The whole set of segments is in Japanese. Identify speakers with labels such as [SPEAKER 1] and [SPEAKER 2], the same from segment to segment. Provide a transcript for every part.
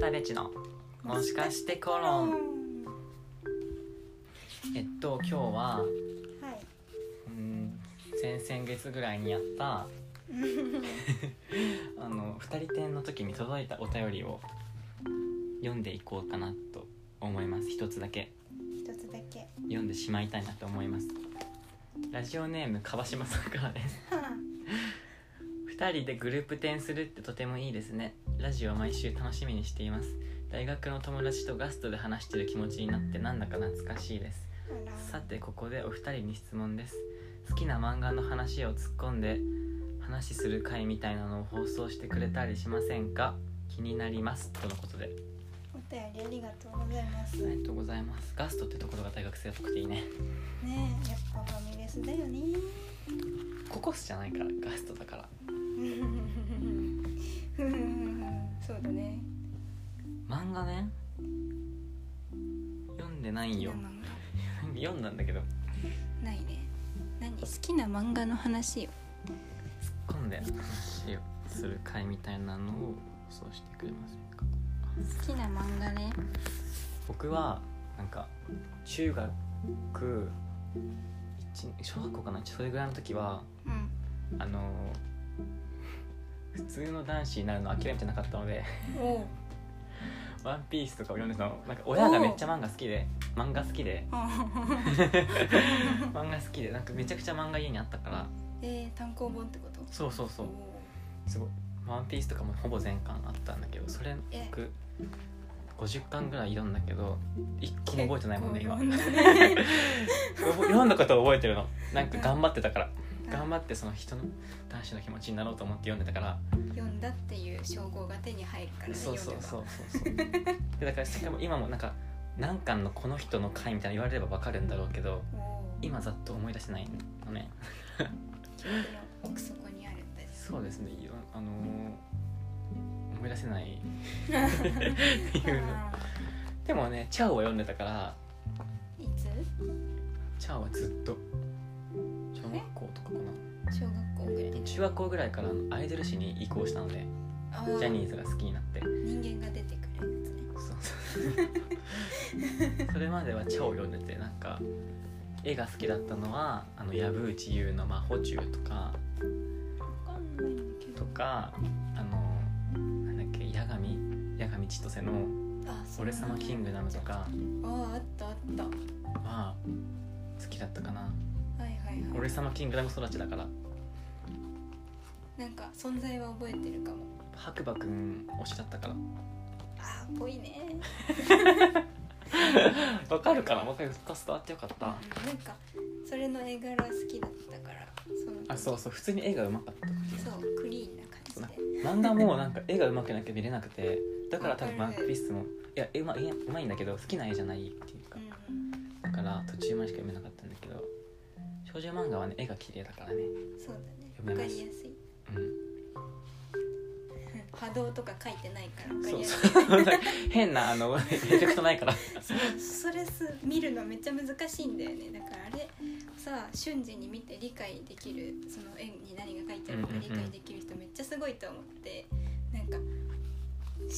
[SPEAKER 1] タレッジのもしかしてコロンえっと今日は
[SPEAKER 2] はい。
[SPEAKER 1] うん先々月ぐらいにやったあの二人展の時に届いたお便りを読んでいこうかなと思います一つだけ
[SPEAKER 2] 一つだけ。
[SPEAKER 1] 読んでしまいたいなと思いますラジオネーム川島さんからです2人でグループ展するってとてもいいですねラジオは毎週楽しみにしています大学の友達とガストで話してる気持ちになってなんだか懐かしいですさてここでお二人に質問です好きな漫画の話を突っ込んで話する回みたいなのを放送してくれたりしませんか気になりますとのことで
[SPEAKER 2] お便りありがとうございます。
[SPEAKER 1] あり
[SPEAKER 2] ね
[SPEAKER 1] がとうございますガストってところが大学生っぽくていいね
[SPEAKER 2] え、やっぱファミレスだよね。
[SPEAKER 1] ココスじゃないからガストだから
[SPEAKER 2] そうだね。
[SPEAKER 1] 漫画ね読んでないよ
[SPEAKER 2] 好きな漫
[SPEAKER 1] 読んだんだけど
[SPEAKER 2] 画ないね。何好きな漫画の話よ。
[SPEAKER 1] 突っ込んで話をする会みたいなのを放送してくれませんか
[SPEAKER 2] 好きな漫画ね。
[SPEAKER 1] 僕はなんか中学一小学校かなそれぐらいの時は
[SPEAKER 2] うん。
[SPEAKER 1] あの普通の男子になるの諦めてなかったので
[SPEAKER 2] おう。
[SPEAKER 1] 「ワンピースとかを読んでたのなんか親がめっちゃ漫画好きで漫画好きで漫画好きでなんかめちゃくちゃ漫画家にあったから
[SPEAKER 2] えー、単行本ってこと。
[SPEAKER 1] そうそうそう
[SPEAKER 2] おう
[SPEAKER 1] すごい「ワンピースとかもほぼ全巻あったんだけどそれ
[SPEAKER 2] え
[SPEAKER 1] 僕50巻ぐらい読んだけど一個も覚えてないもんね今
[SPEAKER 2] 結構読んだね
[SPEAKER 1] 読んだことは覚えてるのなんか頑張ってたから頑張ってその人の男子の気持ちになろうと思って読んでたから
[SPEAKER 2] 読んだっていう称号が手に入るからね。
[SPEAKER 1] そうそう
[SPEAKER 2] 読
[SPEAKER 1] そうそうそうでだからしかも今もなんか何巻のこの人の回みたいなの言われれば分かるんだろうけど
[SPEAKER 2] めば。おう
[SPEAKER 1] 今ざっと思い出せないのね
[SPEAKER 2] 記憶の奥底にあるんだ
[SPEAKER 1] そうですねいろあのー思い出せ ないっていうでもね「チャオ」は読んでたから
[SPEAKER 2] いつ
[SPEAKER 1] 「チャオ」はずっと小学校とかか
[SPEAKER 2] 小学校ぐらい
[SPEAKER 1] な中学校ぐらいからアイドル誌に移行したので
[SPEAKER 2] あ
[SPEAKER 1] ジャ
[SPEAKER 2] ー
[SPEAKER 1] ニーズが好きになって
[SPEAKER 2] 人間が出てくるやつね
[SPEAKER 1] そうそうそれまでは「チャオ」読んでてなんか絵が好きだったのは「あの藪内優の魔法中」とか
[SPEAKER 2] わかんないんだけ
[SPEAKER 1] とかあのなんだっけ八神八神千歳の
[SPEAKER 2] あ
[SPEAKER 1] 「
[SPEAKER 2] そう
[SPEAKER 1] 俺様キングダム」とか
[SPEAKER 2] あーあったあったは
[SPEAKER 1] は好きだったかない
[SPEAKER 2] はい
[SPEAKER 1] 「
[SPEAKER 2] は
[SPEAKER 1] 俺
[SPEAKER 2] い
[SPEAKER 1] 様キングダム」育ちだから
[SPEAKER 2] なんか存在は覚えてるかも
[SPEAKER 1] 白馬くん推しだったから
[SPEAKER 2] あーぽいね
[SPEAKER 1] わかるかなわかる伝わってよかった
[SPEAKER 2] なんかそれの絵柄好きだったからその時
[SPEAKER 1] あそうそう普通に絵がうまかった
[SPEAKER 2] そうクリーンな
[SPEAKER 1] そう
[SPEAKER 2] 感じ
[SPEAKER 1] なんか
[SPEAKER 2] で
[SPEAKER 1] 漫画もなんか絵が上手くなきゃ見れなくてだから多分マークピースもいや絵うま絵うまいんだけど好きな絵じゃないっていうか
[SPEAKER 2] うん
[SPEAKER 1] だから途中までしか読めなかったんだけど少女漫画はね絵が綺麗だからね
[SPEAKER 2] そうだねわ
[SPEAKER 1] 読め
[SPEAKER 2] か
[SPEAKER 1] ます
[SPEAKER 2] りやすい
[SPEAKER 1] うん
[SPEAKER 2] 波動とか書いてないからわかり
[SPEAKER 1] そう
[SPEAKER 2] やすい
[SPEAKER 1] そう変な あのエフェクトないから
[SPEAKER 2] それす見るのめっちゃ難しいんだよねだからあれさ瞬時に見て理解できるその絵に何が書いてあるのか
[SPEAKER 1] うんうん
[SPEAKER 2] 理
[SPEAKER 1] うん
[SPEAKER 2] 解できる人めっちゃすごいと思ってなんか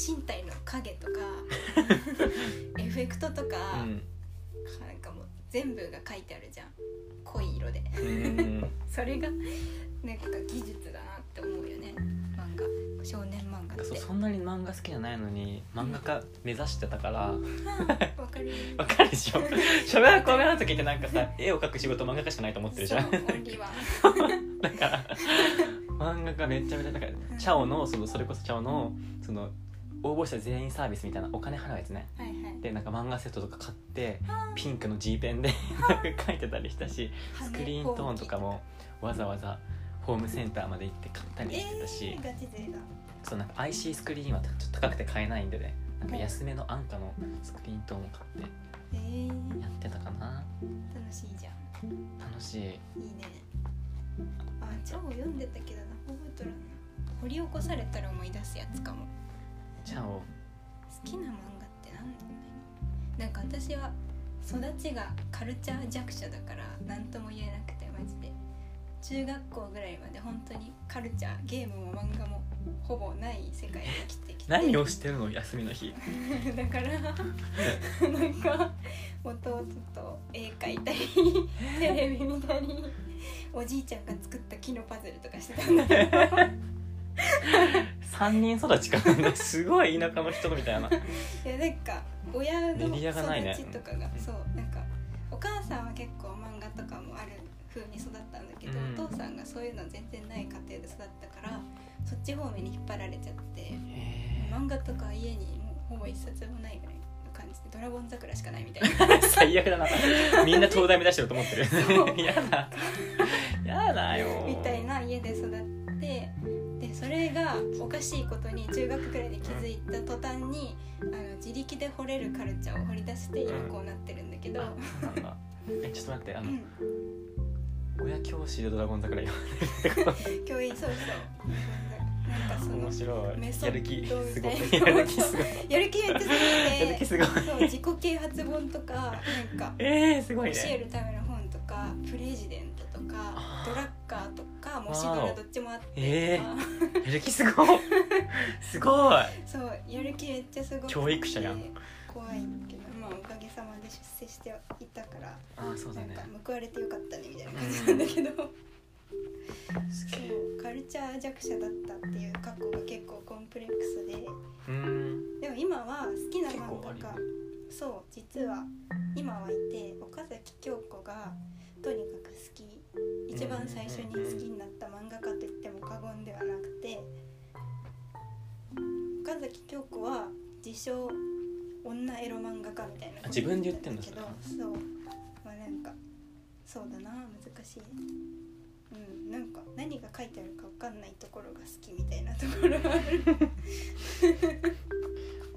[SPEAKER 2] 身体の影 とかエフェクトとか、
[SPEAKER 1] うん
[SPEAKER 2] なんかもう全部が書いてあるじゃん濃い色で
[SPEAKER 1] うん
[SPEAKER 2] それがなんか技術だなって思うよね漫画少年漫画
[SPEAKER 1] なんか
[SPEAKER 2] っ
[SPEAKER 1] そ
[SPEAKER 2] て
[SPEAKER 1] そんなに漫画好きじゃないのに漫画家目指してたから
[SPEAKER 2] わかる
[SPEAKER 1] わかる でしょ小学校ぐらいの時ってなんかさ絵を描く仕事漫画家しかないと思ってるじ
[SPEAKER 2] そう
[SPEAKER 1] ゃ
[SPEAKER 2] オ
[SPEAKER 1] ん
[SPEAKER 2] ンリーは
[SPEAKER 1] だから 漫画がめっちゃめちゃだからチャオのそのそれこそチャオのその応募した全員サービスみたいなお金払うやつね
[SPEAKER 2] はいはい
[SPEAKER 1] でなんか漫画セットとか買って
[SPEAKER 2] あ
[SPEAKER 1] ピンクの G ペンでなんか書いてたりしたしスクリーントーンとか
[SPEAKER 2] も
[SPEAKER 1] もわざわざホームセンターまで行って買ったりしてたし、
[SPEAKER 2] えー、ガチ勢だ
[SPEAKER 1] そうなんか IC スクリーンはちょっと高くて買えないんでねなんか安めの安価のスクリーントーンを買って
[SPEAKER 2] えー、
[SPEAKER 1] やってたかな
[SPEAKER 2] 楽しいじゃん
[SPEAKER 1] 楽しい
[SPEAKER 2] いいねあチャオ読んでたけどな覚えとらんな掘り起こされたら思い出すやつかも
[SPEAKER 1] チャオ
[SPEAKER 2] 好きな漫画ってなんだろうねなんか私は育ちがカルチャー弱者だから何とも言えなくてマジで中学校ぐらいまで本当にカルチャーゲームも漫画もほぼない世界で生き てきて
[SPEAKER 1] 何をしてるの休みの日
[SPEAKER 2] だからなんか弟と絵描いたりテレビ見たりおじいちゃんが作った木のパズルとかして たんだけど
[SPEAKER 1] 三人育ちかなすごい田舎の人みたいない
[SPEAKER 2] やなんか親の
[SPEAKER 1] メディアがないね
[SPEAKER 2] 育ちとかがそうなんかお母さんは結構漫画とかもある風に育ったんだけど、
[SPEAKER 1] うん
[SPEAKER 2] お父さんがそういうの全然ない家庭で育ったからそっち方面に引っ張られちゃって
[SPEAKER 1] へ
[SPEAKER 2] 漫画とか家にもうほぼ一冊もないぐらいの感じで「ドラゴン桜」しかないみたいな
[SPEAKER 1] ー最悪だなみんな東大目指してると思ってる
[SPEAKER 2] そう
[SPEAKER 1] やだやだよ
[SPEAKER 2] みたいな家で育ってでそれがおかしいことに中学くらいで気づいた途端にあの自力で掘れるカルチャーを掘り出して今こうなってるんだけど、
[SPEAKER 1] あそうなんだえちょっと待ってあ
[SPEAKER 2] う
[SPEAKER 1] の、
[SPEAKER 2] ん
[SPEAKER 1] 親教師でドラゴン桜読んでるってこ
[SPEAKER 2] 教員そうそうなんかそ
[SPEAKER 1] と
[SPEAKER 2] の
[SPEAKER 1] 面白
[SPEAKER 2] メ
[SPEAKER 1] い
[SPEAKER 2] ソ
[SPEAKER 1] やる気
[SPEAKER 2] ッド
[SPEAKER 1] す
[SPEAKER 2] み
[SPEAKER 1] ご
[SPEAKER 2] たい
[SPEAKER 1] い
[SPEAKER 2] な
[SPEAKER 1] やる気すごい
[SPEAKER 2] やる気がいってす
[SPEAKER 1] やる気
[SPEAKER 2] ぎて
[SPEAKER 1] すごい
[SPEAKER 2] そう自己啓発本とかなんか
[SPEAKER 1] えー、すごい
[SPEAKER 2] 教え
[SPEAKER 1] ね
[SPEAKER 2] るための本とかプレジデントとか
[SPEAKER 1] あー
[SPEAKER 2] ドラッカーとかもしドラどっちもあってとか、
[SPEAKER 1] えーやる気すごいすごい
[SPEAKER 2] そうやる気めっちゃすごくて
[SPEAKER 1] 教育者やん
[SPEAKER 2] 怖いけどまあおかげさまで出世していたから
[SPEAKER 1] あそうだ
[SPEAKER 2] なん
[SPEAKER 1] ね
[SPEAKER 2] か報われてよかったねみたいな感じなんだけど、
[SPEAKER 1] すげえ
[SPEAKER 2] そうカルチャー弱者だったっていう過去が結構コンプレックスで
[SPEAKER 1] うーん
[SPEAKER 2] でも今は好きな漫
[SPEAKER 1] 結構ある
[SPEAKER 2] 画
[SPEAKER 1] よ
[SPEAKER 2] がそう実は今はいて岡崎京子がとにかく好き一番最初に好きになった漫画家と言っても過言ではなくて岡崎京子は自称女エロ漫画家みたいなこと
[SPEAKER 1] あ自分で言ってんだ
[SPEAKER 2] けどそうまあなんかそうだな難しいうんなんか何が書いてあるか分かんないところが好きみたいなところがある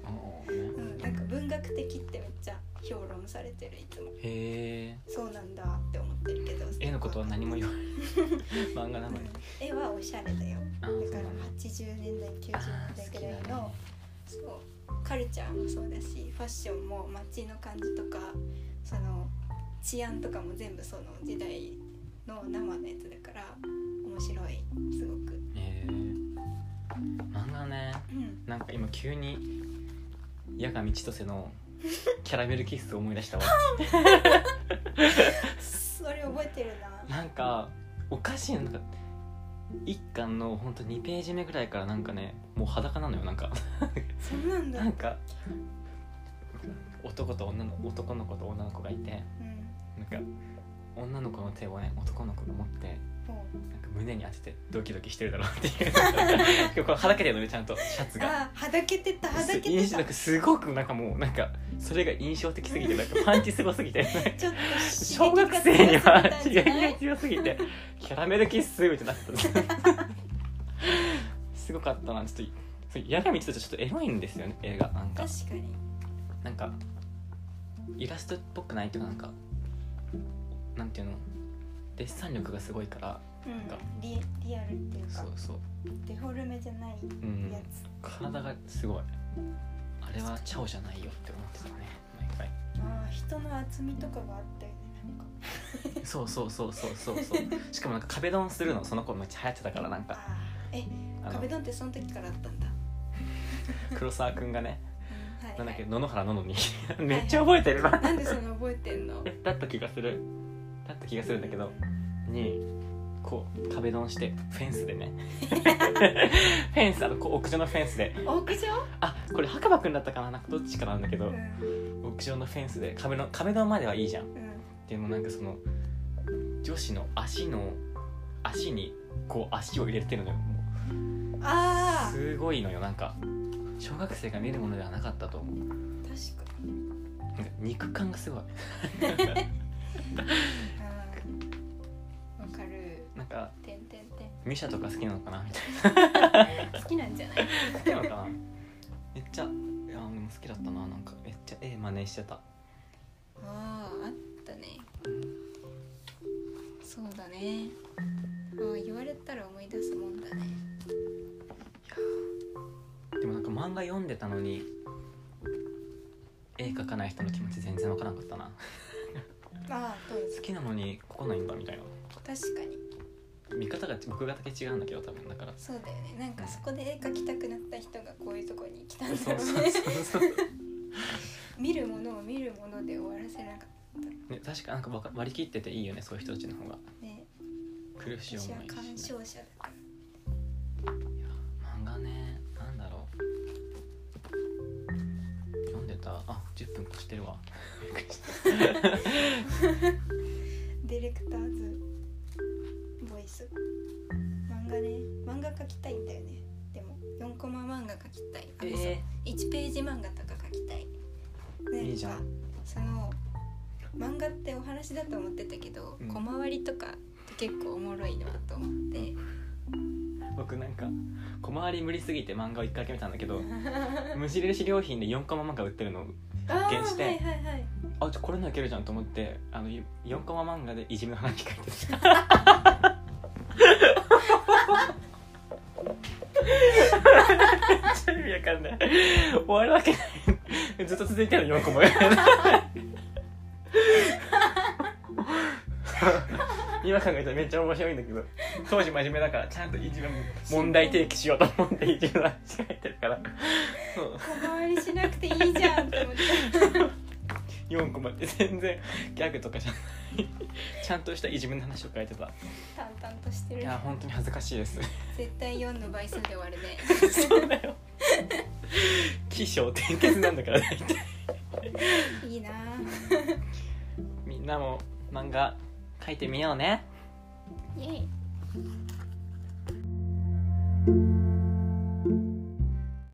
[SPEAKER 1] あー
[SPEAKER 2] う
[SPEAKER 1] ね
[SPEAKER 2] ん、なんか文学的ってめっちゃ評論されてるいつも
[SPEAKER 1] へ
[SPEAKER 2] そうなんだって思ってるけど
[SPEAKER 1] え絵のことは何も言わない 漫画なのに
[SPEAKER 2] うん絵はおしゃれだよ
[SPEAKER 1] あ
[SPEAKER 2] だ
[SPEAKER 1] ーそう
[SPEAKER 2] から
[SPEAKER 1] だね
[SPEAKER 2] 80年代90年
[SPEAKER 1] あー好
[SPEAKER 2] 代
[SPEAKER 1] き
[SPEAKER 2] ぐら
[SPEAKER 1] だ
[SPEAKER 2] い
[SPEAKER 1] ね
[SPEAKER 2] のそうカルチャーもそうだしファッションも街の感じとかその治安とかも全部その時代の生のやつだから面白いすごく。
[SPEAKER 1] へえ漫画ね
[SPEAKER 2] うん
[SPEAKER 1] なんか今急に矢上千歳のキャラメルキッスを思い出したわ
[SPEAKER 2] それ覚えてるな。
[SPEAKER 1] なんかおかしいのなんか一巻のほんと2ページ目ぐらいからなんかねもう裸なのよなんか
[SPEAKER 2] そんなんだ。
[SPEAKER 1] なんか男と女の男の子と女の子がいて
[SPEAKER 2] うん。
[SPEAKER 1] なんか女の子の手をね男の子が持って
[SPEAKER 2] ほう
[SPEAKER 1] なんか胸に当ててドキドキしてるだろうってい うなんかこれはだけてるのねちゃんとシャツが
[SPEAKER 2] あー、はだけてた、はだけ
[SPEAKER 1] す印
[SPEAKER 2] て
[SPEAKER 1] 象
[SPEAKER 2] た
[SPEAKER 1] なん。かすごくなんかもうなんかそれが印象的すぎてなんかパンチすごすぎて
[SPEAKER 2] ちょっと
[SPEAKER 1] 小学生には
[SPEAKER 2] 刺
[SPEAKER 1] 刺
[SPEAKER 2] 激が強すぎたんじ
[SPEAKER 1] 激
[SPEAKER 2] ゃない
[SPEAKER 1] が強すぎてキャラメルキッスみたいになってたすごかったなちょっとそう矢神ちょっとちょっとエロいんですよね映画なんか
[SPEAKER 2] 確かに
[SPEAKER 1] なんかイラストっぽくないというかなんかなんていうのデッサン力がすごいから
[SPEAKER 2] うん
[SPEAKER 1] か
[SPEAKER 2] リリアルっていう
[SPEAKER 1] そ
[SPEAKER 2] か
[SPEAKER 1] うそう
[SPEAKER 2] デフォルメじゃない
[SPEAKER 1] うん
[SPEAKER 2] や
[SPEAKER 1] 体がすごいあれはチャオじゃないよって思ってたね毎回
[SPEAKER 2] つああ人の厚みとかがあったよねなんか
[SPEAKER 1] そうそうそうそうそうそう しかもなんか壁ドンするのその子めっちゃ流行ってたからなんか
[SPEAKER 2] あーえ
[SPEAKER 1] あの
[SPEAKER 2] 壁ドンってその時からあったんだ、
[SPEAKER 1] 黒沢くんがね
[SPEAKER 2] うんはい
[SPEAKER 1] なんだっけ
[SPEAKER 2] はい
[SPEAKER 1] 野々原ののにめっちゃ覚えてるな
[SPEAKER 2] なんでその覚えて んの
[SPEAKER 1] えだった気がするだった気がするんだけどにこう壁ドンしてフェンスで ねフェンスあのこう屋上のフェンスで
[SPEAKER 2] 屋上、
[SPEAKER 1] あこれ白馬くんだったかななんかどっちかなんだけ
[SPEAKER 2] う
[SPEAKER 1] ど
[SPEAKER 2] ん
[SPEAKER 1] 屋上のフェンスで壁の壁ドンまではいいじゃん
[SPEAKER 2] うん、
[SPEAKER 1] でもなんかその女子の足の足にこう足を入れてるのよもう
[SPEAKER 2] ああ
[SPEAKER 1] すごいのよなんか小学生が見るものではなかったと思う
[SPEAKER 2] 確か
[SPEAKER 1] なんか肉感がすごい
[SPEAKER 2] にあーわかる
[SPEAKER 1] なんか
[SPEAKER 2] てんてんてん
[SPEAKER 1] ミシャとか好きなのかなみたい
[SPEAKER 2] 好きなんじゃない
[SPEAKER 1] な好きなのかなめっちゃいやでも好きだったななんかめっちゃ絵真似してた
[SPEAKER 2] あああったねそうだねああ言われたら思い出すもんだね
[SPEAKER 1] でもなんか漫画読んでたのに絵描かない人の気持ち全然わからなかったな
[SPEAKER 2] ああそうです
[SPEAKER 1] 好きなのに描かないんだみたいな
[SPEAKER 2] 確かに
[SPEAKER 1] 見方が僕がだけ違うんだけど多分だから
[SPEAKER 2] そうだよねなんかそこで絵描きたくなった人がこういうとこに来たんだ
[SPEAKER 1] そう
[SPEAKER 2] ろ
[SPEAKER 1] そうう
[SPEAKER 2] ね
[SPEAKER 1] そうそう、
[SPEAKER 2] 見るものを見るもので終わらせなかった
[SPEAKER 1] ね、確かなんかわか割り切ってていいよねそういう人たちの方が
[SPEAKER 2] ね
[SPEAKER 1] 苦しい
[SPEAKER 2] 私は
[SPEAKER 1] 思い
[SPEAKER 2] 鑑
[SPEAKER 1] しない
[SPEAKER 2] 賞者だから
[SPEAKER 1] いや漫画ねなんだろう読んでたあ10分越してるわびっくりした
[SPEAKER 2] ディレクターズボイス漫画ね漫画描きたいんだよねでも4コマ漫画描きたいあそう
[SPEAKER 1] え
[SPEAKER 2] 1ページ漫画とか描きたいなんか
[SPEAKER 1] いいじゃん
[SPEAKER 2] その漫画ってお話だと思ってたけど、
[SPEAKER 1] うん
[SPEAKER 2] 小回りとかって結構おもろいなと思って
[SPEAKER 1] ー僕なんか小回り無理すぎて漫画を一回だけ見たんだけど無印良品で4コマ漫画売ってるの発見して
[SPEAKER 2] あーはいはいはい
[SPEAKER 1] あちょこれのいけるじゃんと思ってあの4コマ漫画でいじめの話書いてためっちゃ意味わかんない終わるわけないずっと続いてるの4コマ今考えたらめっちゃ面白いんだけど当時真面目だからちゃんといじめも問題提起しようと思っていじめの話書いてるからそう
[SPEAKER 2] 小回りしなくていいじゃんって思って
[SPEAKER 1] 4コマって全然ギャグとかじゃないちゃんとしたいじめの話を書いてた
[SPEAKER 2] 淡々として
[SPEAKER 1] い
[SPEAKER 2] る
[SPEAKER 1] や本当に恥ずかしいです
[SPEAKER 2] 絶対4の倍数で終わるね
[SPEAKER 1] そうだよ起承転結なんだから大体
[SPEAKER 2] いいなあ
[SPEAKER 1] みんなも漫画書いてみようね
[SPEAKER 2] イエイ